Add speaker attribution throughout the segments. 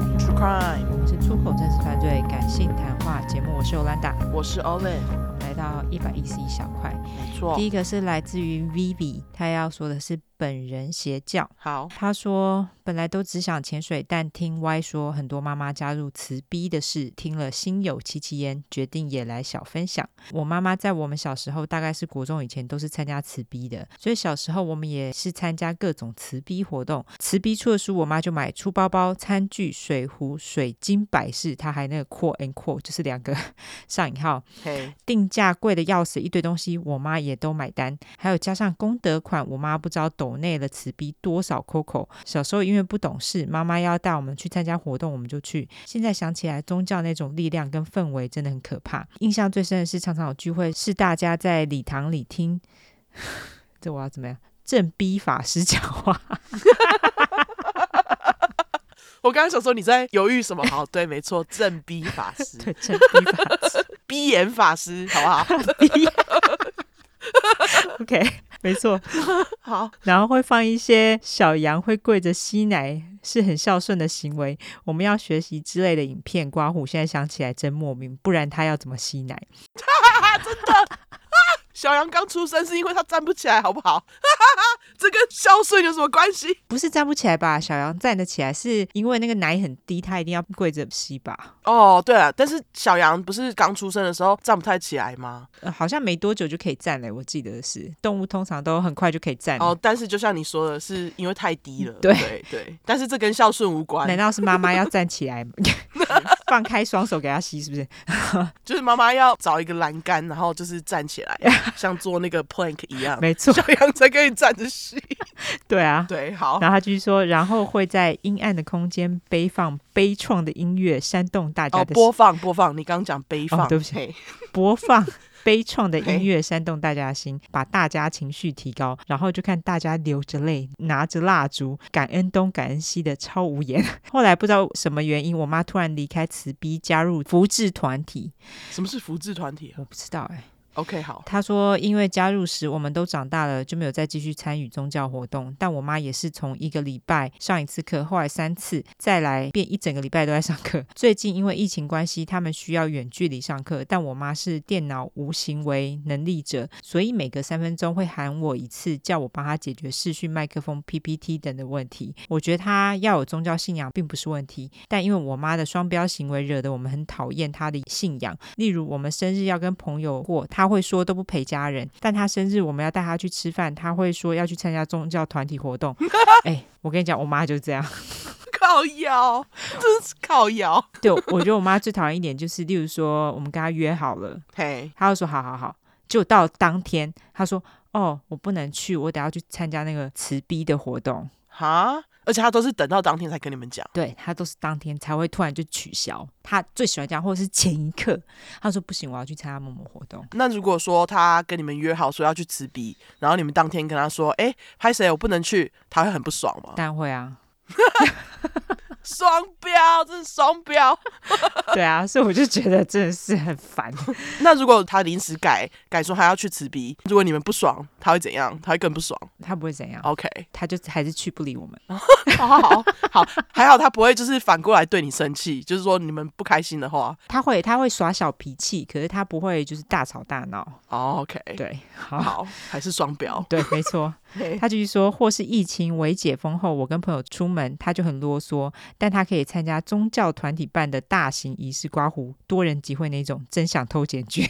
Speaker 1: Crime，
Speaker 2: 我们是出口真实犯罪感性谈话节目，我是 Olanda，
Speaker 1: 我是 Olin，
Speaker 2: 来到一百一十一小块。
Speaker 1: 没错
Speaker 2: 第。一个是来自于 Vivi，他要说的是本人邪教。
Speaker 1: 好，
Speaker 2: 他说：“本来都只想潜水，但听 Y 说很多妈妈加入慈逼的事，听了心有戚戚焉，决定也来小分享。我妈妈在我们小时候，大概是国中以前，都是参加慈逼的，所以小时候我们也是参加各种慈逼活动。慈逼出的书，我妈就买出包包、餐具、水壶、水晶摆饰，她还那个 quote and quote 就是两个 上引号，
Speaker 1: 嘿，
Speaker 2: 定价贵的要死，一堆东西我妈也都买单，还有加上功德款，我妈不知道抖内了此逼多少 Coco。小时候因为不懂事，妈妈要带我们去参加活动，我们就去。现在想起来，宗教那种力量跟氛围真的很可怕。印象最深的是，常常有聚会是大家在礼堂里听，这我要怎么样？正逼法师讲话，
Speaker 1: 我刚刚想说你在犹豫什么？ 好，对，没错，正逼法师，
Speaker 2: 对，正逼法 师。
Speaker 1: 逼眼法师，好不好？
Speaker 2: OK，没错。
Speaker 1: 好，
Speaker 2: 然后会放一些小羊会跪着吸奶，是很孝顺的行为。我们要学习之类的影片。刮胡现在想起来真莫名，不然他要怎么吸奶？
Speaker 1: 小羊刚出生是因为它站不起来，好不好？ 这跟孝顺有什么关系？
Speaker 2: 不是站不起来吧？小羊站得起来，是因为那个奶很低，他一定要跪着吸吧？
Speaker 1: 哦，对了，但是小羊不是刚出生的时候站不太起来吗？
Speaker 2: 呃、好像没多久就可以站了，我记得是动物通常都很快就可以站了。
Speaker 1: 哦，但是就像你说的，是因为太低了。
Speaker 2: 对
Speaker 1: 对对，但是这跟孝顺无关
Speaker 2: 难，道是妈妈要站起来， 放开双手给他吸，是不是？
Speaker 1: 就是妈妈要找一个栏杆，然后就是站起来， 像做那个 plank 一样，
Speaker 2: 没 错，
Speaker 1: 小羊才可以站着吸。
Speaker 2: 对啊。
Speaker 1: 对，好，
Speaker 2: 然后他继续说，然后会在阴暗的空间悲放悲怆的音乐，煽动大家
Speaker 1: 哦，
Speaker 2: 的
Speaker 1: 播放播放，你刚刚讲悲放，
Speaker 2: 哦对不起
Speaker 1: 嘿
Speaker 2: 播放悲 怆的音乐，煽动大家的心，把大家情绪提高，然后就看大家流着泪，拿着蜡烛，感恩东感恩西的超无言。 后来不知道什么原因，我妈突然离开慈逼，加入福智团体，
Speaker 1: 什么是福智团体啊
Speaker 2: 我不知道哎、
Speaker 1: ？OK，好，
Speaker 2: 他说，因为加入时我们都长大了，就没有再继续参与宗教活动。但我妈也是从一个礼拜上一次课，后来三次，再来变一整个礼拜都在上课。 最近因为疫情关系，他们需要远距离上课，但我妈是电脑无行为能力者，所以每隔三分钟会喊我一次，叫我帮她解决视讯、麦克风、PPT 等的问题。我觉得她要有宗教信仰并不是问题，但因为我妈的双标行为，惹得我们很讨厌她的信仰。例如，我们生日要跟朋友过，她会说都不陪家人；但她生日我们要带她去吃饭，她会说要去参加宗教团体活动。哎、我跟你讲，我妈就是这样。
Speaker 1: 靠腰，真是靠腰，
Speaker 2: 对，我觉得我妈最讨厌一点就是，例如说，我们跟她约好了，
Speaker 1: 嘿，
Speaker 2: 她就说好好好，就到当天，她说哦，我不能去，我等下去参加那个慈逼的活动。
Speaker 1: 哈，而且他都是等到当天才跟你们讲，
Speaker 2: 对他都是当天才会突然就取消，他最喜欢这样，或者是前一刻，他说不行，我要去参加某某活动。
Speaker 1: 那如果说他跟你们约好说要去吃鼻，然后你们当天跟他说，哎、拍谁我不能去，他会很不爽吗？
Speaker 2: 当然会啊，
Speaker 1: 双标，这是双标。
Speaker 2: 对啊，所以我就觉得真的是很烦。
Speaker 1: 那如果他临时改改说他要去吃鼻，如果你们不爽，他会怎样？他会更不爽。
Speaker 2: 他不会怎样，
Speaker 1: OK，
Speaker 2: 他就还是去不理我们。
Speaker 1: 好好好好，还好他不会就是反过来对你生气，就是说你们不开心的话。
Speaker 2: 他会他会耍小脾气，可是他不会就是大吵大闹。
Speaker 1: 哦 OK，
Speaker 2: 对，好。
Speaker 1: 好，还是双标。
Speaker 2: 对，没错。他继续说，或是疫情为解封后，我跟朋友出门，他就很啰嗦，但他可以参加宗教团体办的大型仪式刮胡、多人集会那种，真想偷检举。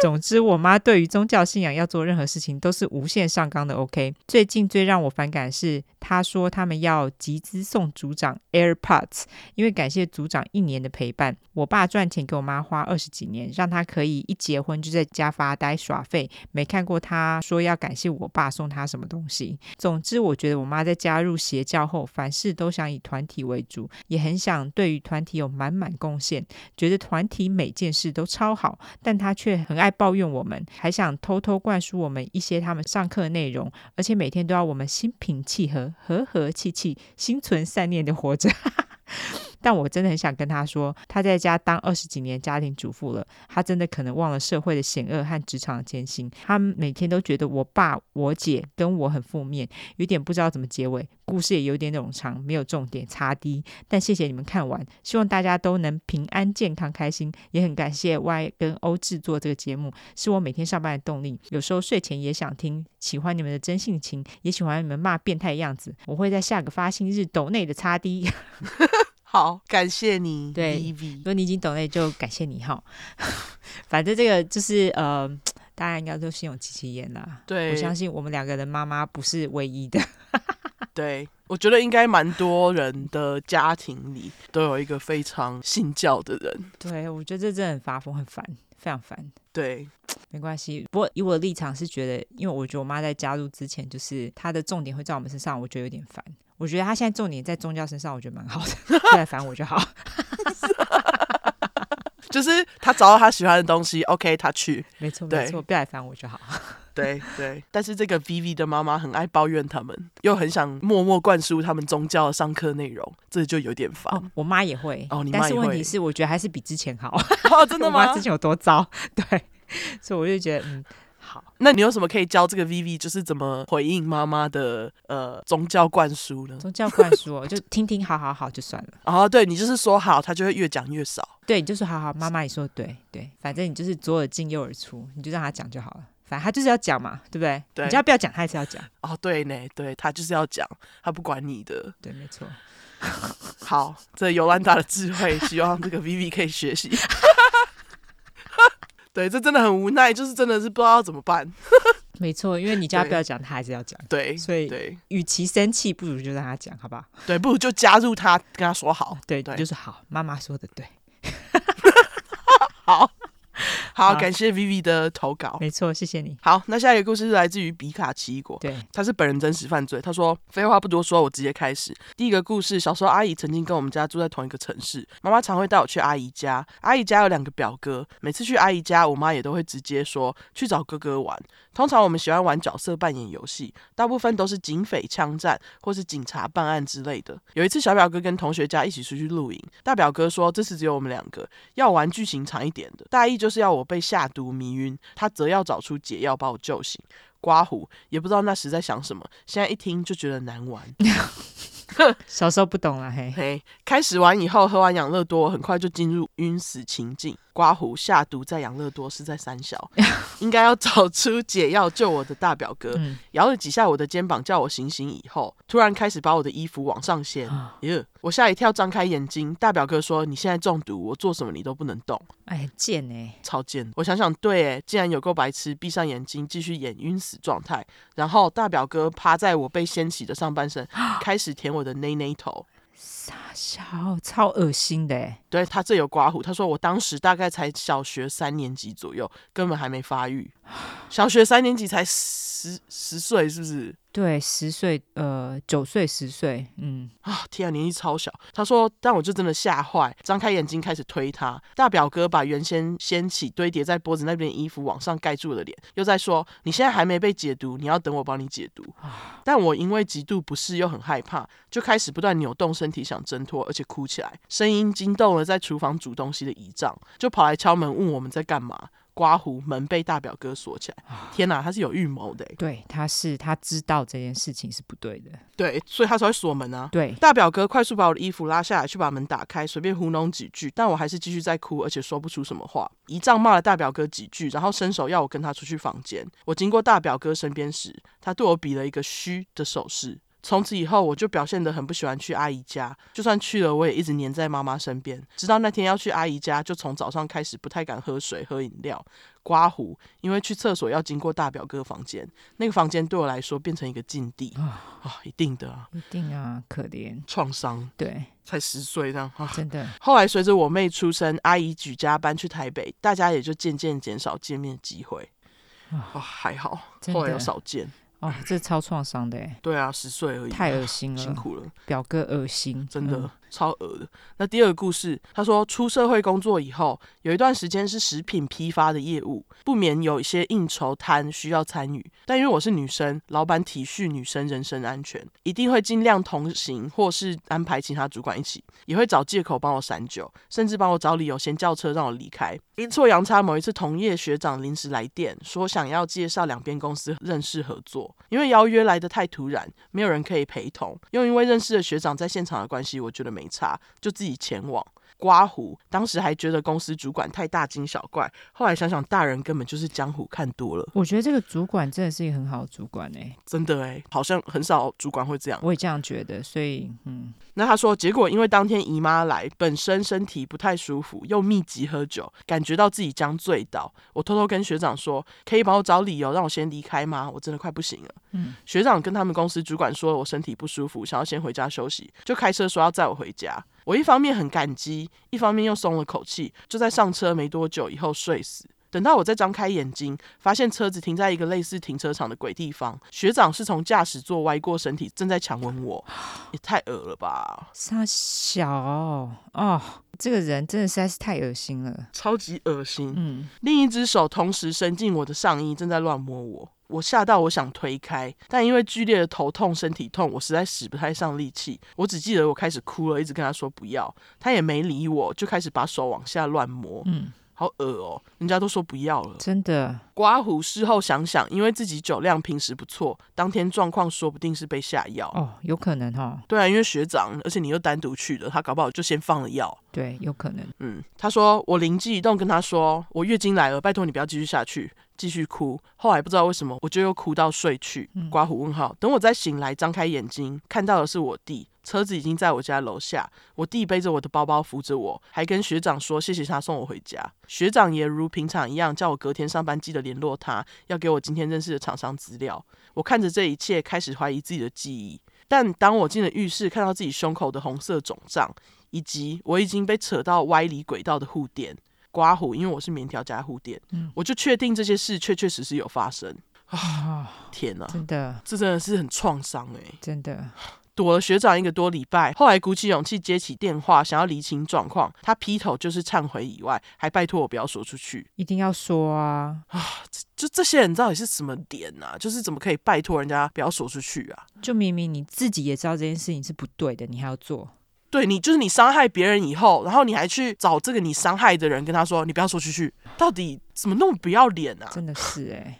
Speaker 2: 总之，我妈对于宗教信仰要做任何事情都是无限上纲的。OK，最近最让我反感的是，她说他们要集资送组长 AirPods，因为感谢组长一年的陪伴。我爸赚钱给我妈花二十几年，让她可以一结婚就在家发呆耍废，没看过她说要感谢我爸送她什么东西。总之，我觉得我妈在加入邪教后，凡事都想以团体为主，也很想对于团体有满满贡献，觉得团体每件事都超好，但她却很爱抱怨我们，还想偷偷灌输我们一些他们上课内容，而且每天都要我们心平气和、和和气气、心存善念的活着。 但我真的很想跟他说，他在家当二十几年家庭主妇了，他真的可能忘了社会的险恶和职场的艰辛。他每天都觉得我爸、我姐跟我很负面，有点不知道怎么结尾，故事也有点冗长，没有重点，差低。但谢谢你们看完，希望大家都能平安、健康、开心。也很感谢 Y 跟 O 制作这个节目，是我每天上班的动力。有时候睡前也想听，喜欢你们的真性情，也喜欢你们骂变态的样子。我会在下个发薪日抖内的差低。
Speaker 1: 好，感谢你，
Speaker 2: 对
Speaker 1: Vivi
Speaker 2: 如果你已经懂内，就感谢你哈。 反正这个就是呃，大家应该都心有戚戚焉啦。
Speaker 1: 对，
Speaker 2: 我相信我们两个的妈妈不是唯一 的。
Speaker 1: 对，我觉得应该蛮多人的家庭里都有一个非常信教的人。
Speaker 2: 对，我觉得这真的很发疯，很烦，非常烦。
Speaker 1: 对，
Speaker 2: 没关系，不过以我的立场是觉得，因为我觉得我妈在加入之前，就是她的重点会在我们身上，我觉得有点烦。我觉得她现在重点在宗教身上，我觉得蛮好 的，不来烦我就好。
Speaker 1: 就是他找到他喜欢的东西，OK，他去。
Speaker 2: 没错，
Speaker 1: 对
Speaker 2: 没错，不来烦我就好。
Speaker 1: 对对，但是这个 Vivi 的妈妈很爱抱怨他们，又很想默默灌输他们宗教的上课内容，这就有点烦。
Speaker 2: 哦，我妈也会，
Speaker 1: 哦你妈
Speaker 2: 但是
Speaker 1: 也
Speaker 2: 问
Speaker 1: 会
Speaker 2: 题是，我觉得还是比之前好。
Speaker 1: 哦， 真的
Speaker 2: 我妈
Speaker 1: 吗
Speaker 2: 之？前有多糟， 对，所以我就觉得，嗯，好。
Speaker 1: 那你有什么可以教这个 Vivi，就是怎么回应妈妈的呃宗教灌输呢？
Speaker 2: 宗教灌输哦，就 听听，好好好就算了。
Speaker 1: 哦，对你就是说好，他就会越讲越少。
Speaker 2: 对，你就说好好，妈妈你说的对对，反正你就是左耳进右耳出，你就让他讲就好了。反正他就是要讲嘛，对不对？
Speaker 1: 对
Speaker 2: 你叫他不要讲，他还是要讲。
Speaker 1: 哦，对呢，对他就是要讲，他不管你的。
Speaker 2: 对，没错。
Speaker 1: 好，这尤兰达的智慧，希望这个 Vivi 可以学习。 对，这真的很无奈，就是真的是不知道要怎么办。
Speaker 2: 没错，因为你叫他
Speaker 1: 对
Speaker 2: 不要讲，他还是要讲。
Speaker 1: 对，
Speaker 2: 所以
Speaker 1: 对
Speaker 2: 与其生气，不如就让他讲，好不好？
Speaker 1: 对，不如就加入他，跟他说好。
Speaker 2: 对，
Speaker 1: 对
Speaker 2: 你就说好，妈妈说的对，
Speaker 1: 好，好，
Speaker 2: 好
Speaker 1: 感谢 Vivi 的投稿。
Speaker 2: 没错，谢谢你。
Speaker 1: 好，那下一个故事是来自于比卡奇异果。
Speaker 2: 对，
Speaker 1: 他是本人真实犯罪。他说：“废话不多说，我直接开始。第一个故事，小时候阿姨曾经跟我们家住在同一个城市，妈妈常会带我去阿姨家。阿姨家有两个表哥，每次去阿姨家，我妈也都会直接说去找哥哥玩。通常我们喜欢玩角色扮演游戏，大部分都是警匪枪战或是警察办案之类的。有一次，小表哥跟同学家一起出去露营，大表哥说这次只有我们两个，要玩剧情长一点的。大意就是要我被下毒迷晕，他则要找出解药把我救醒。刮胡，也不知道那时在想什么，现在一听就觉得难玩。
Speaker 2: 小时候不懂了，嘿，
Speaker 1: 嘿， 开始玩以后，喝完养乐多，很快就进入晕死情境。刮胡下毒在养乐多是在三小，应该要找出解药救我的大表哥。
Speaker 2: 嗯，
Speaker 1: 摇了几下我的肩膀，叫我醒醒。以后，突然开始把我的衣服往上掀，耶、我吓一跳，张开眼睛。大表哥说：“你现在中毒，我做什么你都不能动。”
Speaker 2: 哎，很贱哎，
Speaker 1: 超贱的。我想想，对，诶，竟然有够白痴，闭上眼睛继续演晕死状态。然后大表哥趴在我被掀起的上半身，开始舔我的内内头。
Speaker 2: 傻笑，超恶心的哎，
Speaker 1: 对他这有刮胡，他说我当时大概才小学三年级左右，根本还没发育。小学三年级才十十岁，是不是？
Speaker 2: 对，十岁，呃，九岁，十岁，嗯，
Speaker 1: 啊，天啊，年纪超小。他说，但我就真的吓坏，张开眼睛开始推他。大表哥把原先掀起堆叠在脖子那边的衣服往上盖住我的脸，又在说：“你现在还没被解毒，你要等我帮你解毒。”但我因为极度不适又很害怕，就开始不断扭动身体想挣脱，而且哭起来，声音惊动了在厨房煮东西的姨丈，就跑来敲门问我们在干嘛。刮胡门被大表哥锁起来，天哪，他是有预谋的欸，
Speaker 2: 对，他是他知道这件事情是不对的，
Speaker 1: 对，所以他才会锁门啊。
Speaker 2: 对，
Speaker 1: 大表哥快速把我的衣服拉下来，去把门打开，随便糊弄几句，但我还是继续在哭，而且说不出什么话。姨丈骂了大表哥几句，然后伸手要我跟他出去房间。我经过大表哥身边时，他对我比了一个嘘的手势。从此以后，我就表现得很不喜欢去阿姨家，就算去了，我也一直黏在妈妈身边。直到那天要去阿姨家，就从早上开始不太敢喝水、喝饮料、刮胡，因为去厕所要经过大表哥房间，那个房间对我来说变成一个禁地啊、一定的啊，
Speaker 2: 一定啊，可怜，
Speaker 1: 创伤。
Speaker 2: 对，
Speaker 1: 才十岁这样啊。
Speaker 2: 真的，
Speaker 1: 后来随着我妹出生，阿姨举家搬去台北，大家也就渐渐减少见面的机会。啊、还好，
Speaker 2: 真的
Speaker 1: 后来有少见。
Speaker 2: 哦，这超创伤的哎，
Speaker 1: 对啊，十岁而已，
Speaker 2: 太恶心
Speaker 1: 辛
Speaker 2: 了，
Speaker 1: 苦了，
Speaker 2: 表哥恶心，
Speaker 1: 真的。
Speaker 2: 嗯
Speaker 1: 超恶的。那第二个故事，他说出社会工作以后，有一段时间是食品批发的业务，不免有一些应酬摊需要参与。但因为我是女生，老板体恤女生人身安全，一定会尽量同行，或是安排其他主管一起，也会找借口帮我散酒，甚至帮我找理由先叫车让我离开。阴错阳差，某一次同业学长临时来电，说想要介绍两边公司认识合作，因为邀约来的太突然，没有人可以陪同，又因为认识的学长在现场的关系，我觉得没差，就自己前往。刮胡，当时还觉得公司主管太大惊小怪，后来想想大人根本就是江湖看多了，
Speaker 2: 我觉得这个主管真的是一个很好的主管哎、
Speaker 1: 真的诶，好像很少主管会这样。
Speaker 2: 我也这样觉得，所以嗯，
Speaker 1: 那他说，结果因为当天姨妈来，本身身体不太舒服，又密集喝酒，感觉到自己将醉倒。我偷偷跟学长说，可以帮我找理由让我先离开吗？我真的快不行了。
Speaker 2: 嗯，
Speaker 1: 学长跟他们公司主管说我身体不舒服，想要先回家休息，就开车说要载我回家。我一方面很感激，一方面又松了口气，就在上车没多久以后睡死。等到我再张开眼睛，发现车子停在一个类似停车场的鬼地方，学长是从驾驶座歪过身体，正在强吻我，也太恶了吧！
Speaker 2: 傻小哦，这个人真的实在是太恶心了。
Speaker 1: 超级恶心。
Speaker 2: 嗯，
Speaker 1: 另一只手同时伸进我的上衣，正在乱摸我。我吓到，我想推开，但因为剧烈的头痛、身体痛，我实在使不太上力气。我只记得我开始哭了，一直跟他说不要，他也没理我，就开始把手往下乱摸。
Speaker 2: 嗯，
Speaker 1: 好恶哦、人家都说不要了。
Speaker 2: 真的，
Speaker 1: 刮胡事后想想，因为自己酒量平时不错，当天状况说不定是被下药。
Speaker 2: 哦，有可能哦，
Speaker 1: 对啊，因为学长，而且你又单独去的，他搞不好就先放了药。
Speaker 2: 对，有可能。
Speaker 1: 嗯，他说我灵机一动跟他说，我月经来了，拜托你不要继续下去，继续哭。后来不知道为什么，我就又哭到睡去。刮胡问号。等我再醒来，张开眼睛，看到的是我弟，车子已经在我家楼下。我弟背着我的包包扶着我，还跟学长说谢谢他送我回家。学长也如平常一样，叫我隔天上班记得联络他，要给我今天认识的厂商资料。我看着这一切，开始怀疑自己的记忆。但当我进了浴室，看到自己胸口的红色肿胀，以及我已经被扯到歪离轨道的护垫、刮胡，因为我是棉条加护垫，
Speaker 2: 嗯
Speaker 1: 我就确定这些事确确实实有发生。
Speaker 2: 哦，
Speaker 1: 天哪、
Speaker 2: 真的，
Speaker 1: 这真的是很创伤诶、
Speaker 2: 真的，
Speaker 1: 躲了学长一个多礼拜，后来鼓起勇气接起电话，想要厘清状况。他劈头就是忏悔以外，还拜托我不要说出去。
Speaker 2: 一定要说啊，
Speaker 1: 就这些人到底是什么点啊？就是怎么可以拜托人家不要说出去啊？
Speaker 2: 就明明你自己也知道这件事情是不对的，你还要做，
Speaker 1: 对你，就是你伤害别人以后，然后你还去找这个你伤害的人，跟他说你不要说出去，到底怎么那么不要脸啊？
Speaker 2: 真的是哎、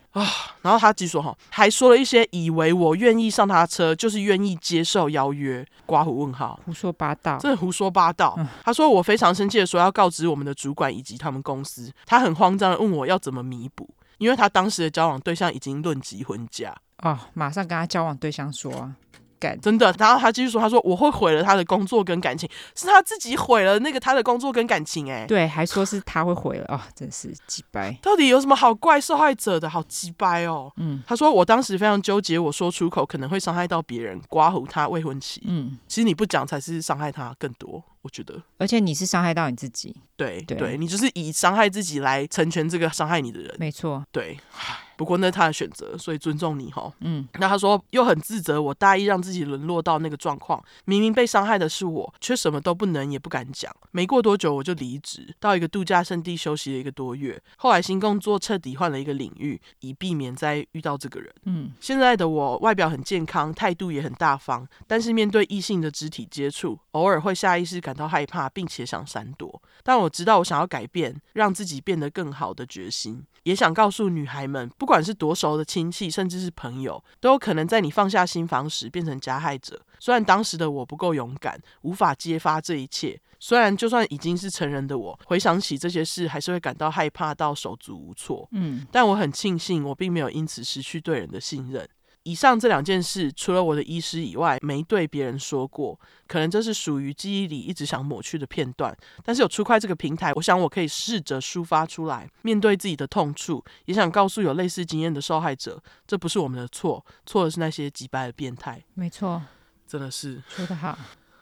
Speaker 1: 然后他继续说哈，还说了一些以为我愿意上他的车，就是愿意接受邀约。刮胡问号。
Speaker 2: 胡说八道。
Speaker 1: 真的胡说八道。
Speaker 2: 嗯
Speaker 1: 他说我非常生气的说要告知我们的主管以及他们公司，他很慌张的问我要怎么弥补，因为他当时的交往对象已经论及婚嫁，
Speaker 2: 哦，马上跟他交往对象说啊，干，
Speaker 1: 真的。然后他继续说，他说我会毁了他的工作跟感情，是他自己毁了那个他的工作跟感情、欸，哎。
Speaker 2: 对，还说是他会毁了，哦，真是鸡掰。
Speaker 1: 到底有什么好怪受害者的？好鸡掰哦！
Speaker 2: 嗯
Speaker 1: 他说我当时非常纠结，我说出口可能会伤害到别人，刮胡他未婚妻。
Speaker 2: 嗯，
Speaker 1: 其实你不讲才是伤害他更多，我觉得。
Speaker 2: 而且你是伤害到你自己，
Speaker 1: 对
Speaker 2: 对
Speaker 1: 你就是以伤害自己来成全这个伤害你的人。
Speaker 2: 没错。
Speaker 1: 对，唉不过那是他的选择，所以尊重你哈。
Speaker 2: 嗯，
Speaker 1: 那他说又很自责，我大意让自己沦落到那个状况，明明被伤害的是我，却什么都不能也不敢讲。没过多久我就离职，到一个度假胜地休息了一个多月。后来新工作彻底换了一个领域，以避免再遇到这个人。
Speaker 2: 嗯，
Speaker 1: 现在的我外表很健康，态度也很大方，但是面对异性的肢体接触，偶尔会下意识感到害怕，并且想闪躲。但我知道我想要改变，让自己变得更好的决心，也想告诉女孩们，不管是多熟的亲戚，甚至是朋友，都有可能在你放下心防时变成加害者。虽然当时的我不够勇敢，无法揭发这一切，虽然就算已经是成人的我，回想起这些事，还是会感到害怕到手足无措。
Speaker 2: 嗯，
Speaker 1: 但我很庆幸，我并没有因此失去对人的信任。以上这两件事，除了我的医师以外，没对别人说过。可能这是属于记忆里一直想抹去的片段，但是有出快这个平台，我想我可以试着抒发出来，面对自己的痛处，也想告诉有类似经验的受害者，这不是我们的错，错的是那些击败的变态，
Speaker 2: 没错，
Speaker 1: 真的是
Speaker 2: 说得好。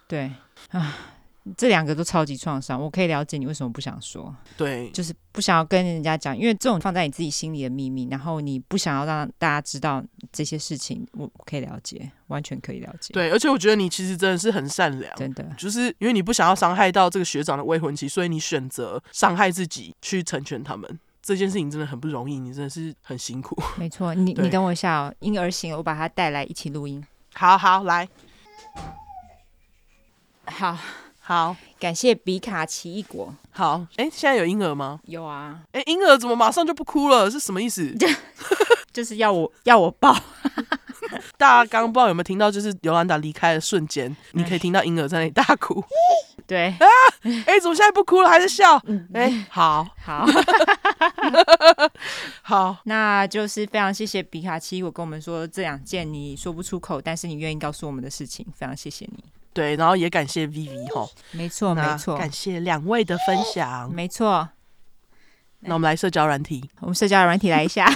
Speaker 2: 对啊，这两个都超级创伤，我可以了解你为什么不想说，
Speaker 1: 对，
Speaker 2: 就是不想要跟人家讲，因为这种放在你自己心里的秘密，然后你不想要让大家知道这些事情，我我可以了解，完全可以了解。，
Speaker 1: 对，而且我觉得你其实真的是很善良。
Speaker 2: 真的，
Speaker 1: 就是因为你不想要伤害到这个学长的未婚妻，所以你选择伤害自己去成全他们。这件事情真的很不容易，你真的是很辛苦。
Speaker 2: 没错。你
Speaker 1: 对
Speaker 2: 你等我一下哦，婴儿醒了，我把他带来一起录音。
Speaker 1: 好好来，
Speaker 2: 好，
Speaker 1: 好
Speaker 2: 感谢比卡奇异果。
Speaker 1: 好，哎，现在有婴儿吗？
Speaker 2: 有啊，
Speaker 1: 哎，婴儿怎么马上就不哭了？是什么意 思？
Speaker 2: 就是要我要我抱。
Speaker 1: 大家刚不知道有没有听到，就是尤兰达离开的瞬间，你可以听到婴儿在那里大 哭。
Speaker 2: 对，
Speaker 1: 哎，怎么现在不哭了，还在笑？哎，好
Speaker 2: 好。
Speaker 1: 好，
Speaker 2: 那就是非常谢谢比卡奇，我跟我们说这两件你说不出口，但是你愿意告诉我们的事情，非常谢谢你。
Speaker 1: 对，然后也感谢 Vivi 哈，
Speaker 2: 没错，
Speaker 1: 那
Speaker 2: 没错，
Speaker 1: 感谢两位的分享。
Speaker 2: 没错。
Speaker 1: 那我们来社交软体，
Speaker 2: 我们社交软体来一 下，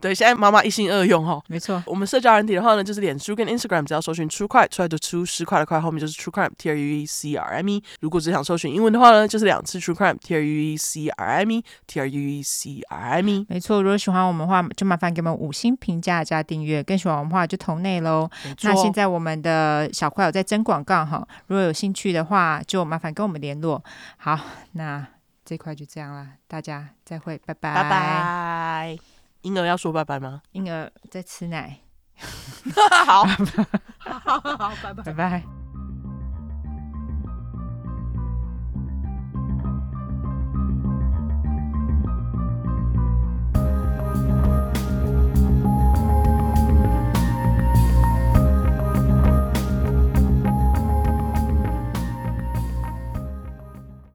Speaker 1: 对，现在妈妈一心二用哈。
Speaker 2: 没错，
Speaker 1: 我们社交软体的话呢，就是脸书跟 Instagram，只要搜寻“出快”出来的出十块的块，后面就是 True Crime T R U E C R M E。如果只想搜寻英文的话呢，就是两次 True Crime T R U E C R M E T R U E C R M E。
Speaker 2: 没错。如果喜欢我们的话，就麻烦给我们五星评价加订阅。更喜欢我们的话，就投内喽。
Speaker 1: 没错
Speaker 2: 那现在我们的小块有在征广告哈，如果有兴趣的话，就麻烦跟我们联络。好，那这块就这样啦，大家再会，拜拜，
Speaker 1: 拜。拜。婴儿要说拜拜 吗？
Speaker 2: 婴儿在吃奶，
Speaker 1: 好。
Speaker 2: 拜拜。